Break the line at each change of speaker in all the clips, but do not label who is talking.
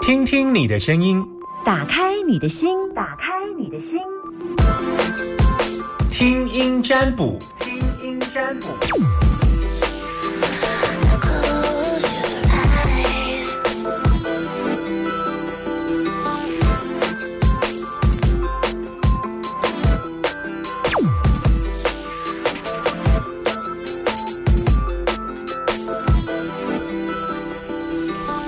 听听你的声音，
打开你的心，打开你的心，
听音占卜，听音占卜。
Close your eyes.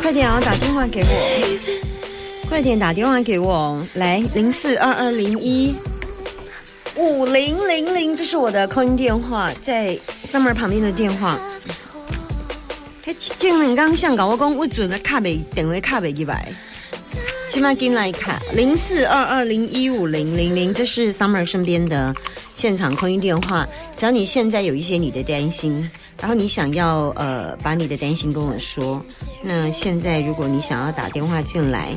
快点啊，打电话给我，快点打电话给我，来零四二二零一五零零零，这是我的 call in 电话，在 Summer 旁边的电话。迄前两天上甲我讲，我阵啊卡袂电话卡袂入来，即摆进来卡零四二二零一五零零零，这是 Summer 身边的现场空音电话。只要你现在有一些你的担心，然后你想要呃把你的担心跟我说，那现在如果你想要打电话进来，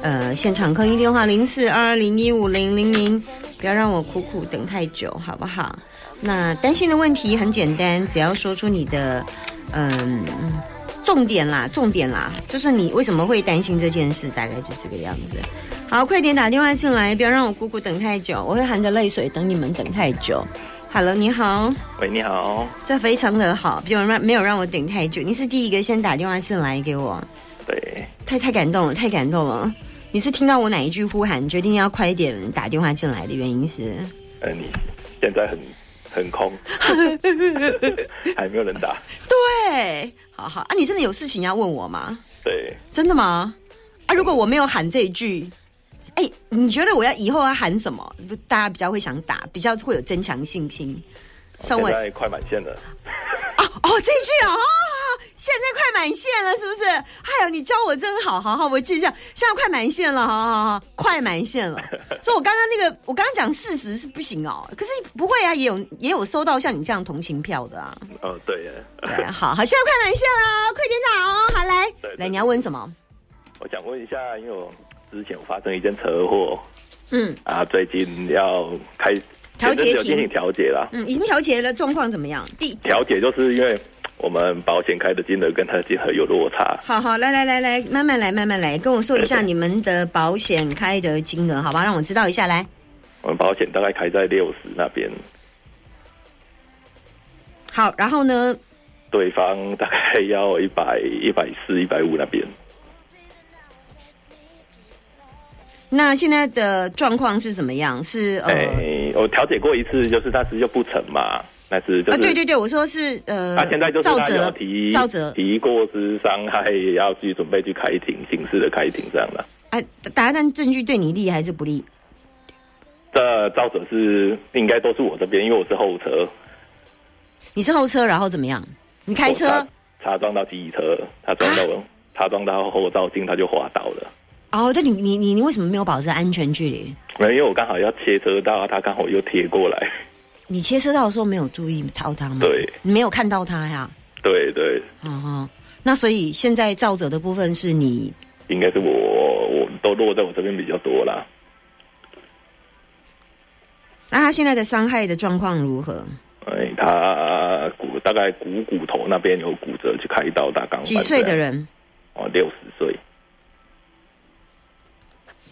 呃，现场空音电话零四二二零一五零零零，不要让我苦苦等太久，好不好？那担心的问题很简单，只要说出你的嗯。重点啦，重点啦，就是你为什么会担心这件事，大概就这个样子。好，快点打电话进来，不要让我姑姑等太久，我会含着泪水等你们等太久。Hello，你好，
喂，你好，
这非常的好，不用让没有让我等太久，你是第一个先打电话进来给我，
对，
太太感动了，太感动了。你是听到我哪一句呼喊，决定要快一点打电话进来的原因是？
呃，你现在很很空， 还没有人打，
对，好好啊，你真的有事情要问我吗？
对，
真的吗？啊，如果我没有喊这一句，哎、你觉得我要以后要喊什么？不大家比较会想打，比较会有增强信心。稍
现
微
在快满线了，
哦哦，这一句哦，现在快满线了，是不是？哎呦，你教我真好，好好，我记一下，现在快满线了，好好好，快满线 了。所以我刚刚那个，我刚刚讲事实是不行哦，可是不会啊，也有也有收到像你这样同情票的啊。
呃，对耶，
对，啊好好，现在快满线了，快点打哦，好来
对对
来，你要问什么？
我想问一下，因为我之前我发生一件车祸
嗯
啊，最近要开
调解
前阵子有
庭
进行调解啦，
嗯，已经调解了，状况怎么样？第
调解就是因为我们保险开的金额跟他的金额有落差，
好好，来来来来，慢慢来，慢慢来，跟我说一下你们的保险开的金额，好吧？让我知道一下，来，
我们保险大概开在六十那边，
好，然后呢，
对方大概要一百一百四、一百五那边，
那现在的状况是怎么样？是呃、
哎、我调解过一次，就是那次就不成嘛，那次就是、啊
啊，对对对，我说是呃，
他现在就是
赵
他有
哲
提，
赵哲，
提过失伤害，也要去准备去开庭，刑事的开庭这样的。
哎、答案证据对你利还是不利？
这造者是应该都是我这边，因为我是后车，
你是后车，然后怎么样？你开车啊
我插插撞到机车，他撞到我，他撞到后照镜，他就滑倒了。
哦，但你你你你为什么没有保持安全距离？
没有，因为我刚好要切车道，他刚好又贴过来。
你切车道的时候没有注意到他吗？
对，
你没有看到他呀。
对对，
哦，那所以现在照者的部分是你
应该是我我都落在我这边比较多啦。
那他现在的伤害的状况如何？
哎，他骨大概股骨头那边有骨折，去开刀打钢板。
几岁的？人？
哦，六十岁。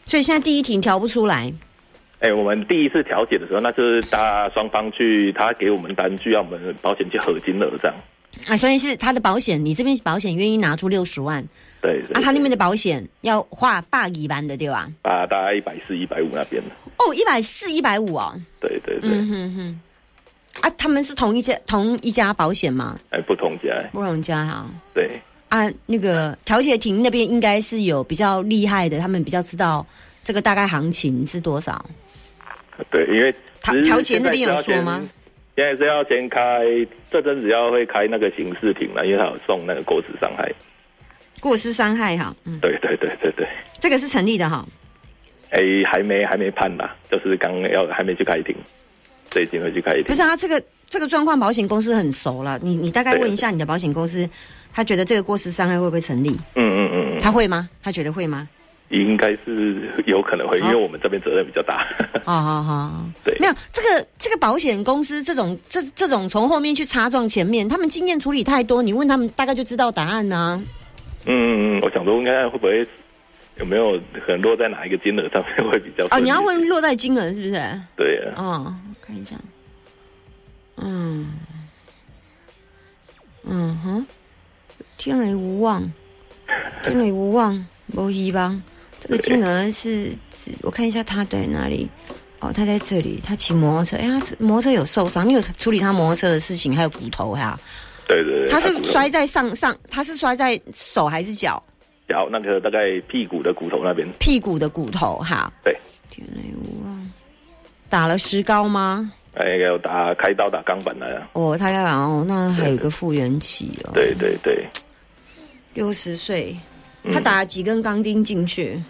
所以现在第一题调不出来，
哎、我们第一次调解的时候，那是大家双方去，他给我们单据，让我们保险去合金额这样。
啊，所以是他的保险，你这边保险愿意拿出六十万，
对，对
啊，他那边
对
的保险要画八一般的对吧？
啊，大概一百四、一百五那边的。
哦，一百四、一百五哦，
对对对，哎、
嗯哼哼，啊，他们是同一家同一家保险吗？
哎不同家，
不同家啊。
对
啊，那个调解庭那边应该是有比较厉害的，他们比较知道这个大概行情是多少。
对，因为
调
只是
调解
现
那
在
边有
是要
说
先
吗？
现在是要先开，这阵子要会开那个刑事庭了，因为他有送那个过失伤害。
过失伤害哈，嗯，
对对对对对，
这个是成立的哈。
哎、还没还没判啦，就是刚要还没去开庭，最近会去开庭。
不是啊，这个这个状况，保险公司很熟了。你你大
啊
概问一下你的保险公司，他觉得这个过失伤害会不会成立？
嗯嗯嗯嗯，
他会吗？他觉得会 吗？
应该是有可能会，因为
好
我们这边责任比较大。
好哦好好，
对
没有这个这个保险公司这种这这种从后面去擦撞前面，他们经验处理啊太多，你问他们大概就知道答案呢、
嗯嗯，我想说应该会不会有没有可能落在哪一个金额上面会比较？
哦，你要问落袋金额是不是？
对啊，
哦，看一下，嗯，嗯哼，天雷无望，天雷无望，无希望。这个金额是指，我看一下他在哪里。哦，他在这里，他骑摩托车，哎、他摩托车有受伤，你有处理他摩托车的事情，还有骨头哈、
对对对，
他是
骨头
摔在上上，他是摔在手还是脚？
脚那个大概屁股的骨头那边，
屁股的骨头哈。
对，
天雷无望，打了石膏吗？
哎，有打开刀打钢板的、啊，
哦，他要哦，那还有一个复原期哦。
对对对，
六十岁，他打了几根钢钉进去？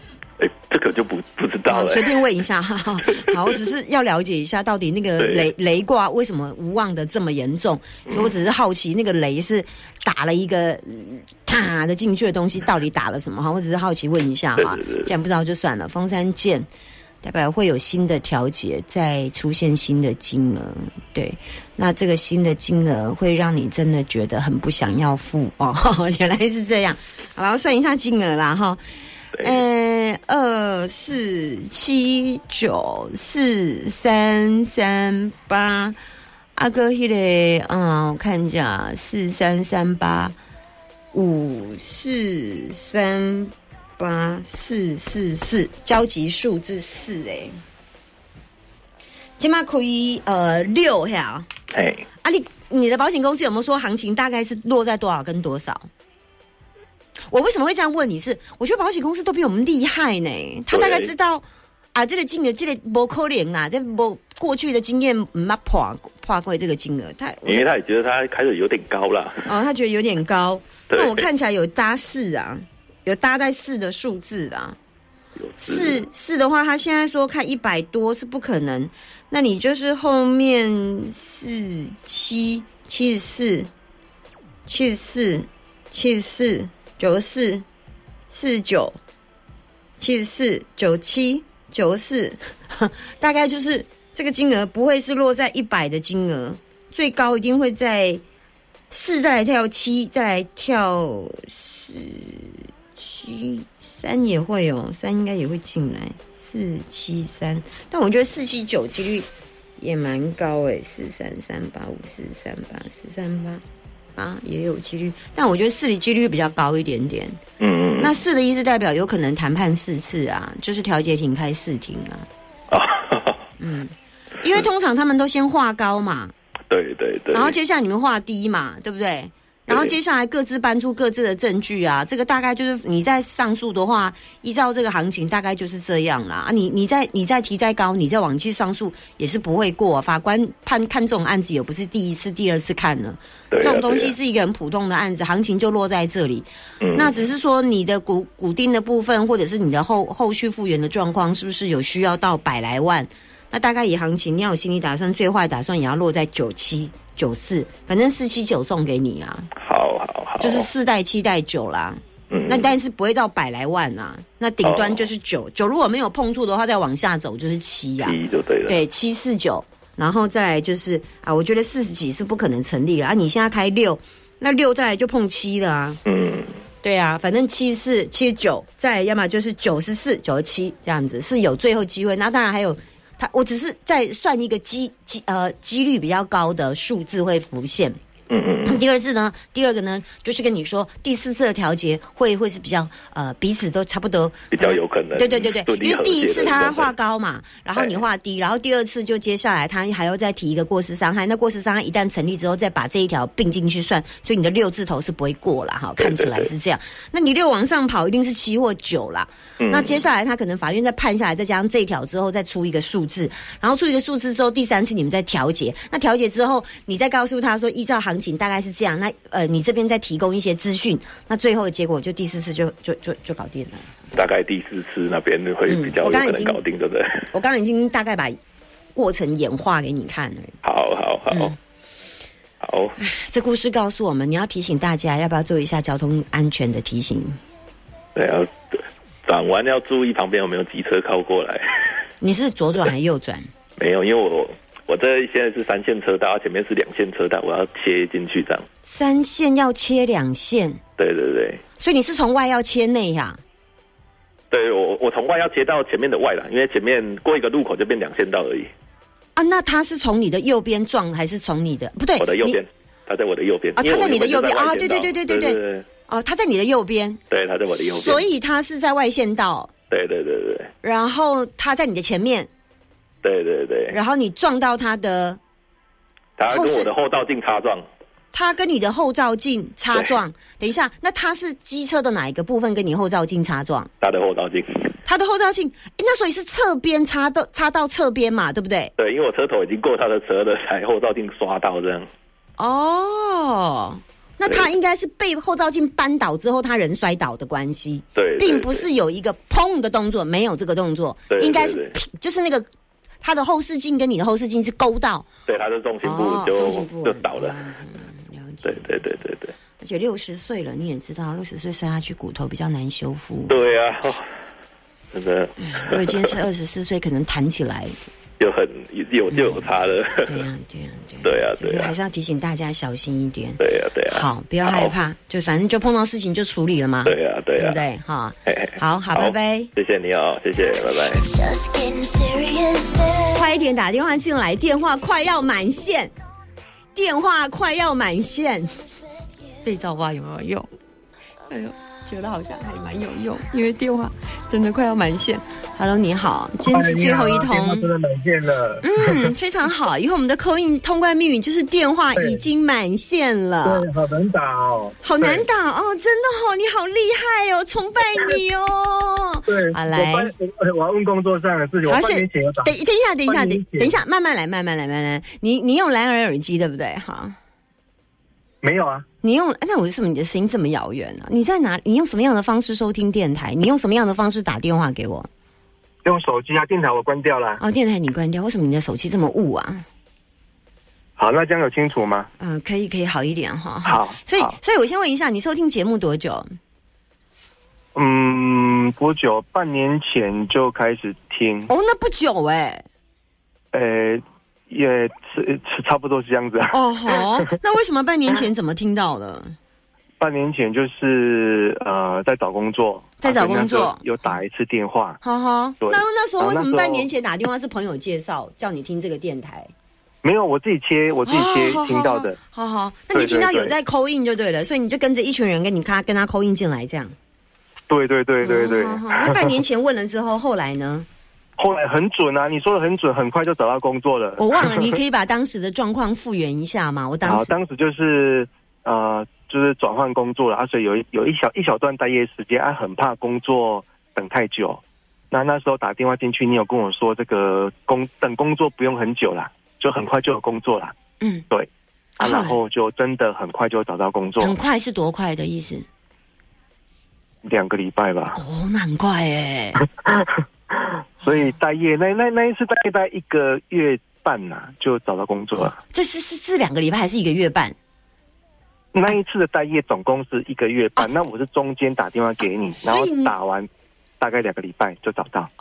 哎，这个就不不知道
好，
了、
哦随便问一 下 哈。哈好，我只是要了解一下到底那个
对嗯
雷雷卦为什么无望的这么严重，所以我只是好奇那个雷是打了一个嗯塔的进去的东西，到底打了什么哈？我只是好奇问一下哈
对对对，
既然不知道就算了。封山剑代表会有新的调节，再出现新的金额，对。那这个新的金额会让你真的觉得很不想要付哦， 原来是这样。好了，我算一下金额啦哈。
对
呃，二四七九四三三八，阿哥迄、个，嗯，我看一下，四三三八五四三八四四四，交集数字四哎，今麦可以呃六下
哎，
啊你你的保险公司有没有说行情大概是落在多少跟多少？我为什么会这样问你是？我觉得保险公司都比我们厉害呢，他大概
对
知道啊，这个金额，这个不可能啦，这不过去的经验没破破过这个金额，他
因为他也觉得他开始有点高了，
哦，他觉得有点高，
对
那我看起来有搭四啊，有搭在四的数字啊。
有
四四的话，他现在说看一百多是不可能，那你就是后面四七七十四、七十四、七十四、九十四、四十九、七十四、九七、九十四，大概就是这个金额不会是落在一百的金额，最高一定会在四，再来跳七，再来跳四七三也会哦，三应该也会进来四七三，但我觉得四七九几率也蛮高诶，四三三八五四三八四三八八也有几率，但我觉得四的几率比较高一点点。
嗯嗯嗯
那四的意思代表有可能谈判四次啊，就是调解庭开四庭啊，
啊，
因为通常他们都先画高嘛，
对对对，
然后接下来你们画低嘛，对不对？然后接下来各自搬出各自的证据啊，这个大概就是你在上诉的话，依照这个行情大概就是这样啦。啊，你你再你再提再高，你再往去上诉也是不会过、啊法官判看这种案子也不是第一次、第二次看了，
对啊
这种东西
对啊
是一个很普通的案子，行情就落在这里。
嗯
那只是说你的股股定的部分，或者是你的后后续复原的状况，是不是有需要到百来万？那大概以行情，你要有心理打算，最坏打算也要落在九七九四，反正四七九送给你啊，
好好好，
就是四代七代九啦。
哦嗯
那但是不会到百来万啊，那顶端
哦
就是九九，如果没有碰触的话，再往下走就是七呀、
一就对了，
对，七四九，然后再来就是啊，我觉得四十几是不可能成立了啊。你现在开六，那六再来就碰七了啊。
嗯，
对啊，反正七四、七十九，再来要么就是九十四、九十七这样子是有最后机会。那当然还有他，我只是在算一个机机呃几率比较高的数字会浮现。
嗯嗯嗯，
第二次呢，第二个呢，就是跟你说，第四次的调节会会是比较呃彼此都差不多，
比较有可能
对对对对
顺，利
因为第一
和解
次
的
他
部分
画高嘛，然后你
对
画低，然后第二次就接下来他还要再提一个过失伤害，那过失伤害一旦成立之后，再把这一条并进去算，所以你的六字头是不会过了哈，
对
看起
对
来
对
是这样。那你六往上跑一定是七或九啦，那接下来他可能法院再判下来，再加上这一条之后，再出一个数字，然后出一个数字之后，第三次你们再调节。那调节之后，你再告诉他说，依照行情大概是这样。那呃，你这边再提供一些资讯，那最后的结果就第四次就就就就搞定了。
大概第四次那边会比较
嗯我
有
刚才
可
已经
能搞定，对不 对？
我刚刚已经大概把过程演化给你看了。
好好好。
嗯
好，
这故事告诉我们，你要提醒大家，要不要做一下交通安全的提醒？
对啊，转弯要注意旁边有没有机车靠过来。
你是左转还是右转？
没有，因为我我这现在是三线车道，啊前面是两线车道，我要切进去这样。
三线要切两线，
对对对，
所以你是从外要切内呀、
对我我从外要切到前面的外了，因为前面过一个路口就变两线道而已。
啊，那他是从你的右边撞还是从你的？不对，
我的右
哎你
边，他在我的右边。
啊
因为
他在
我
你的右
原本
边
在外
啊
线
对
道
对对对
对
对
对对，
哦，他在你的右边，
对他在我的右边。
所以他是在外线道，
对对对对
然后他在你的前面，
对对对，
然后你撞到他的，
他跟
后视
我的后照镜擦撞，
他跟你的后照镜擦撞。等一下，那他是机车的哪一个部分跟你后照镜擦撞？
他的后照镜。
他的后嗯照镜，诶那所以是侧边擦到擦到侧边嘛，对不对？
对，因为我车头已经过他的车了，才后照镜刷到这样。
哦，那
对
他应该是被后照镜扳倒之后，他人摔倒的关系，
对，对
并不
对
是有一个砰的动作，没有这个动作
对，对
应该是
对
就是那个他的后视镜跟你的后视镜是勾到，
对，他的重心
哦
部
重心
就
部
就倒了。
嗯了解
对，对对对对
而且六十岁了，你也知道，六十岁摔下去骨头比较难修复。
对啊，哦真的
如果今天是二十四岁，可能弹起来。
就很有就有差了。
对呀、对呀、对
对
呀、
啊
所以
对啊
还是要提醒大家小心一点。
对呀对呀。啊
好，不要害怕，就反正就碰到事情就处理了嘛。
对呀对
对
啊呀
不。对？哈
嘿嘿，
好好，拜拜。
谢谢你哦，谢谢，拜拜。
Just getting serious there.
快一点打电话进来，电话快要满线，电话快要满线。这一招不知道有没有用？哎呦，觉得好像还蛮有用，因为电话真的快要满线。Hello，你好，今天是最后一
哎电话真
通。
的没电了。
嗯，非常好。以后我们的扣印通关密语就是电话
对
已经满线了，
哎对，好难打哦，
好难打哦，真的哦，你好厉害哦，崇拜你哦。
对。对，
好
我
来
半我我要问工作上的事情，我
而
半
且
年前有打
等等一下，等一下，
欢
等
迎理解
等一下，慢慢来，慢慢来，慢慢来。你你用蓝牙耳机对不对？哈，
没有啊？
你用哎那我为什么你的声音这么遥远呢、你在哪？你用什么样的方式收听电台？你用什么样的方式打电话给我？
用手机啊，电台我关掉了。
哦，电台你关掉，为什么你的手机这么雾啊？
好，那这样有清楚吗？
嗯、可以可以好一点哈。
好
所以
好
所以我先问一下，你收听节目多久？
嗯，多久？半年前就开始听，
哦，那不久哎、
呃，也是是差不多是这样子啊。
哦 吼，那为什么半年前怎么听到的？
半年前就是呃，在找工作，
在找
啊所以那
工作
时候有打一次电话，
哈哈，
对
那那时候为什
啊那
么
时候
半年前打电话是朋友介绍叫你听这个电台？
没有，我自己切，我自己切
哦
听到的。。
好好好，那你
对对
听到有
对
在扣印就对了，所以你就跟着一群人跟你咔跟他扣印进来这样。
对对对对对。
哦好好那半年前问了之后，后来 呢？
后来很准啊，你说的很准，很快就找到工作了。
我忘了，你可以把当时的状况复原一下吗？我当
好，
时
当时就是呃，就是转换工作了啊，所以有一有一小一小段待业时间啊，很怕工作等太久。那那时候打电话进去，你有跟我说这个工等工作不用很久啦，就很快就有工作啦
嗯后
啊，
来
然后就真的很快就找到工作，
很快是多快的意思？
两个礼拜吧。
哦，那很快哎、
所以待业那那那一次待业待一个月半呐、就找到工作了。
这是是是两个礼拜还是一个月半？
那一次的待业总共是一个月半，那我是中间打电话给你，然后
啊所以你
打完大概两个礼拜就找到。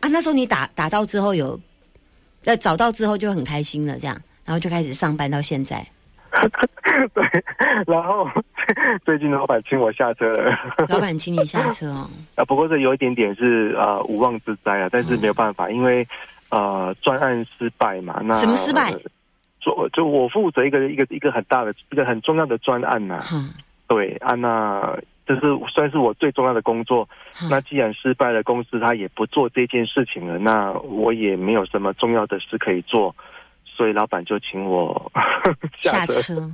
啊，那时候你打打到之后有，呃，找到之后就很开心了，这样，然后就开始上班到现 在。
对，然后最近老板请我下车了，
老板，请你下车哦。
啊，不过这有一点点是呃无妄之灾啊，但是没有办法，因为呃专案失败嘛，那
什么失败
呃做就我负责一个一个一个很大的一个很重要的专案呐、
哼、
对啊，那这是算是我最重要的工作。
哼
那既然失败了，公司他也不做这件事情了，那我也没有什么重要的事可以做，所以老板就请我
下
车。
车。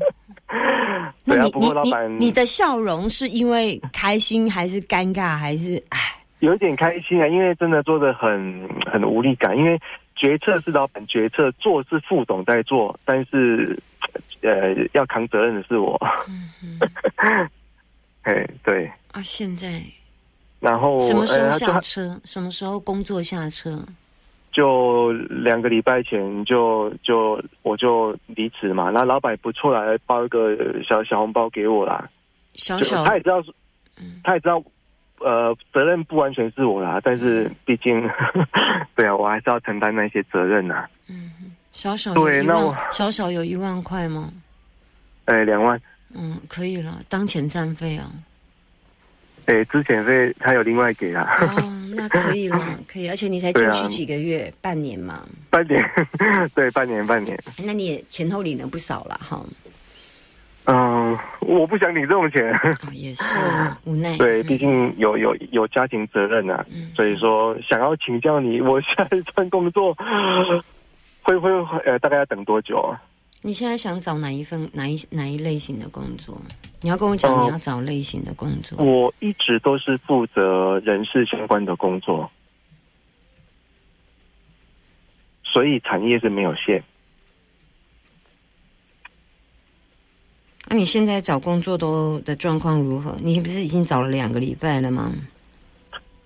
对
那
啊，
你
不
你
过老板
你你的笑容是因为开心还是尴尬还是唉？
有一点开心啊，因为真的做的很很无力感，因为决策是老板决策，做是副总在做，但是呃要扛责任的是我。
嗯
哎，对，
啊，现在
然后
什么时候
呃
下
就
车？什么时候工作下车？
就两个礼拜前就就我就离职嘛，那老板不错啦，包一个小小红包给我啦，
小
就
小嗯
他也知道，他也知道。呃，责任不完全是我啦，但是
嗯
毕竟， 对啊，我还是要承担那些责任啊呐、
小小
对
有一
那
万
我，
小小有一万块吗？
哎，两万，
嗯，可以了，当遣散费啊。
诶，哎之前费他有另外给啊啦，
哦，那可以了，可以，而且你才进去几个月，半年嘛，
半年， 对，半年半年。
那你也前后领了不少了哈。
嗯、我不想领这种钱，
哦，也是无奈。
对，毕竟有有有家庭责任呐、啊，所以说想要请教你，我下一份工作会会呃，大概要等多久啊？
你现在想找哪一份哪一哪一类型的工作？你要跟我讲
哦
你要找类型的工作。
我一直都是负责人事相关的工作，所以产业是没有限。
那、你现在找工作都的状况如何？你不是已经找了两个礼拜了吗？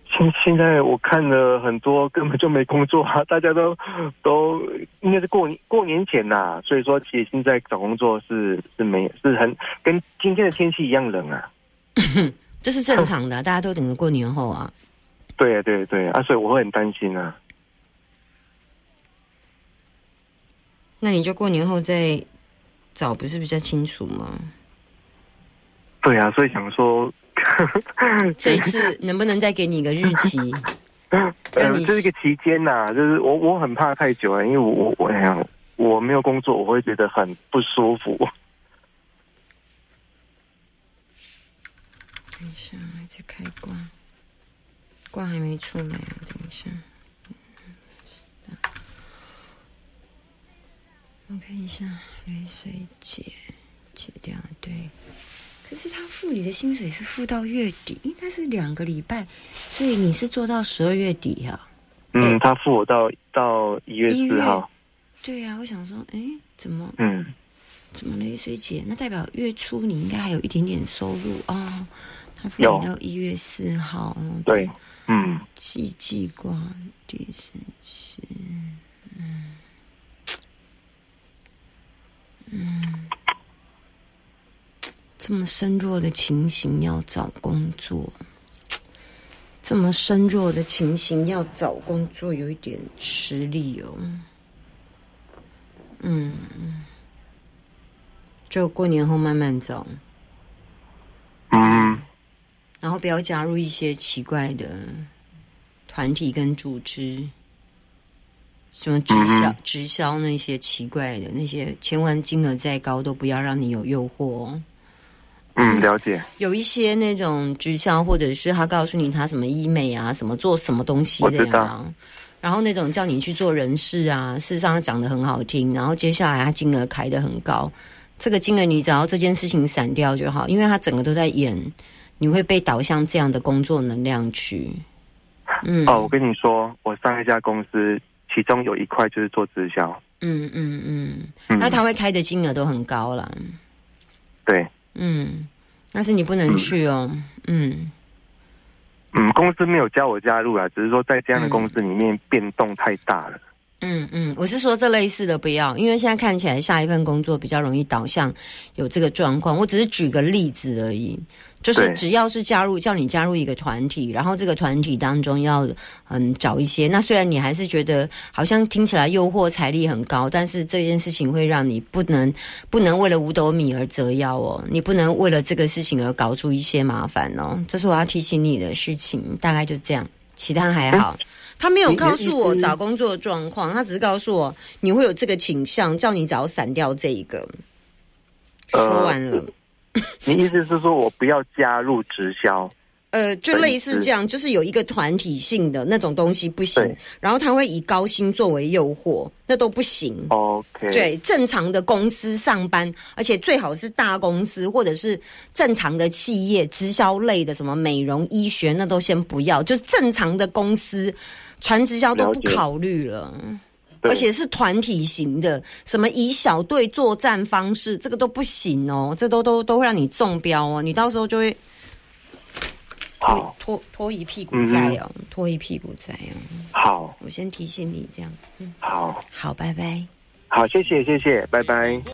现现在我看了很多根本就没工作啊， 大家都都应该是过年过年前呐、所以说其实现在找工作是是没是很跟今天的天气一样冷啊。
这是正常的，大家都等着过年后啊。
对啊对啊对啊，啊所以我会很担心啊。
那你就过年后再找，不是比较清楚吗？
对啊，所以想说，
这一次能不能再给你一个日期？
呃
那，你
这是一个期间呐、就是我我很怕太久了，啊因为我我我想我没有工作，我会觉得很不舒服。
等一下，还在开挂，挂还没出来啊！等一下，嗯我看一下雷水解解掉，对。可是他付你的薪水是付到月底，应该是两个礼拜，所以你是做到十二月底哈、
嗯，他付我到到一月
一月
四号，
对呀、啊，我想说，哎，怎么
嗯，
怎么雷水姐？那代表月初你应该还有一点点收入哦。他付
有
你到一月四号，哦
对，嗯。
季季瓜第是是，嗯嗯，这么深弱的情形要找工作，这么深弱的情形要找工作有一点吃力哦。嗯，就过年后慢慢找，
嗯，
然后不要加入一些奇怪的团体跟组织，什么直销、嗯直销那些奇怪的那些，千万金额再高都不要让你有诱惑哦。
嗯，了解。
有一些那种直销，或者是他告诉你他什么医美啊，什么做什么东西
我
这
知
样
道
啊。然后那种叫你去做人事啊，事实上他讲的很好听，然后接下来他金额开得很高，这个金额你只要这件事情散掉就好，因为他整个都在演，你会被导向这样的工作能量去。嗯，
哦，我跟你说，我上一家公司，其中有一块就是做直销。
嗯嗯嗯，
嗯，
那他会开的金额都很高啦，
对，
嗯，但是你不能去哦，嗯
嗯，公司没有叫我加入啊，只是说在这样的公司里面变动太大了。
嗯嗯，我是说这类似的不要，因为现在看起来下一份工作比较容易导向有这个状况。我只是举个例子而已，就是
对
只要是加入叫你加入一个团体，然后这个团体当中要嗯找一些，那虽然你还是觉得好像听起来诱惑财力很高，但是这件事情会让你不能不能为了五斗米而折腰哦，你不能为了这个事情而搞出一些麻烦哦，这是我要提醒你的事情，大概就这样，其他还好。
哎
他没有告诉我找工作的状况，他只是告诉我你会有这个倾向，叫你早闪掉这一个。
呃
说完了，
你意思是说我不要加入直销？
呃，就类似这样，就是有一个团体性的那种东西不行
对，
然后他会以高薪作为诱惑，那都不行。
？OK，，
对，正常的公司上班，而且最好是大公司或者是正常的企业，直销类的什么美容、医学那都先不要，就正常的公司，传直销都
了
不
解
考虑了。
对
而且是团体型的，什么以小队作战方式，这个都不行哦，这都都都会让你中标哦，你到时候就会拖
好嗯
拖拖一屁股债哦，拖一屁股债哦。
好
我先提醒你这样，
好
好，拜拜。
好，谢谢谢谢，拜拜。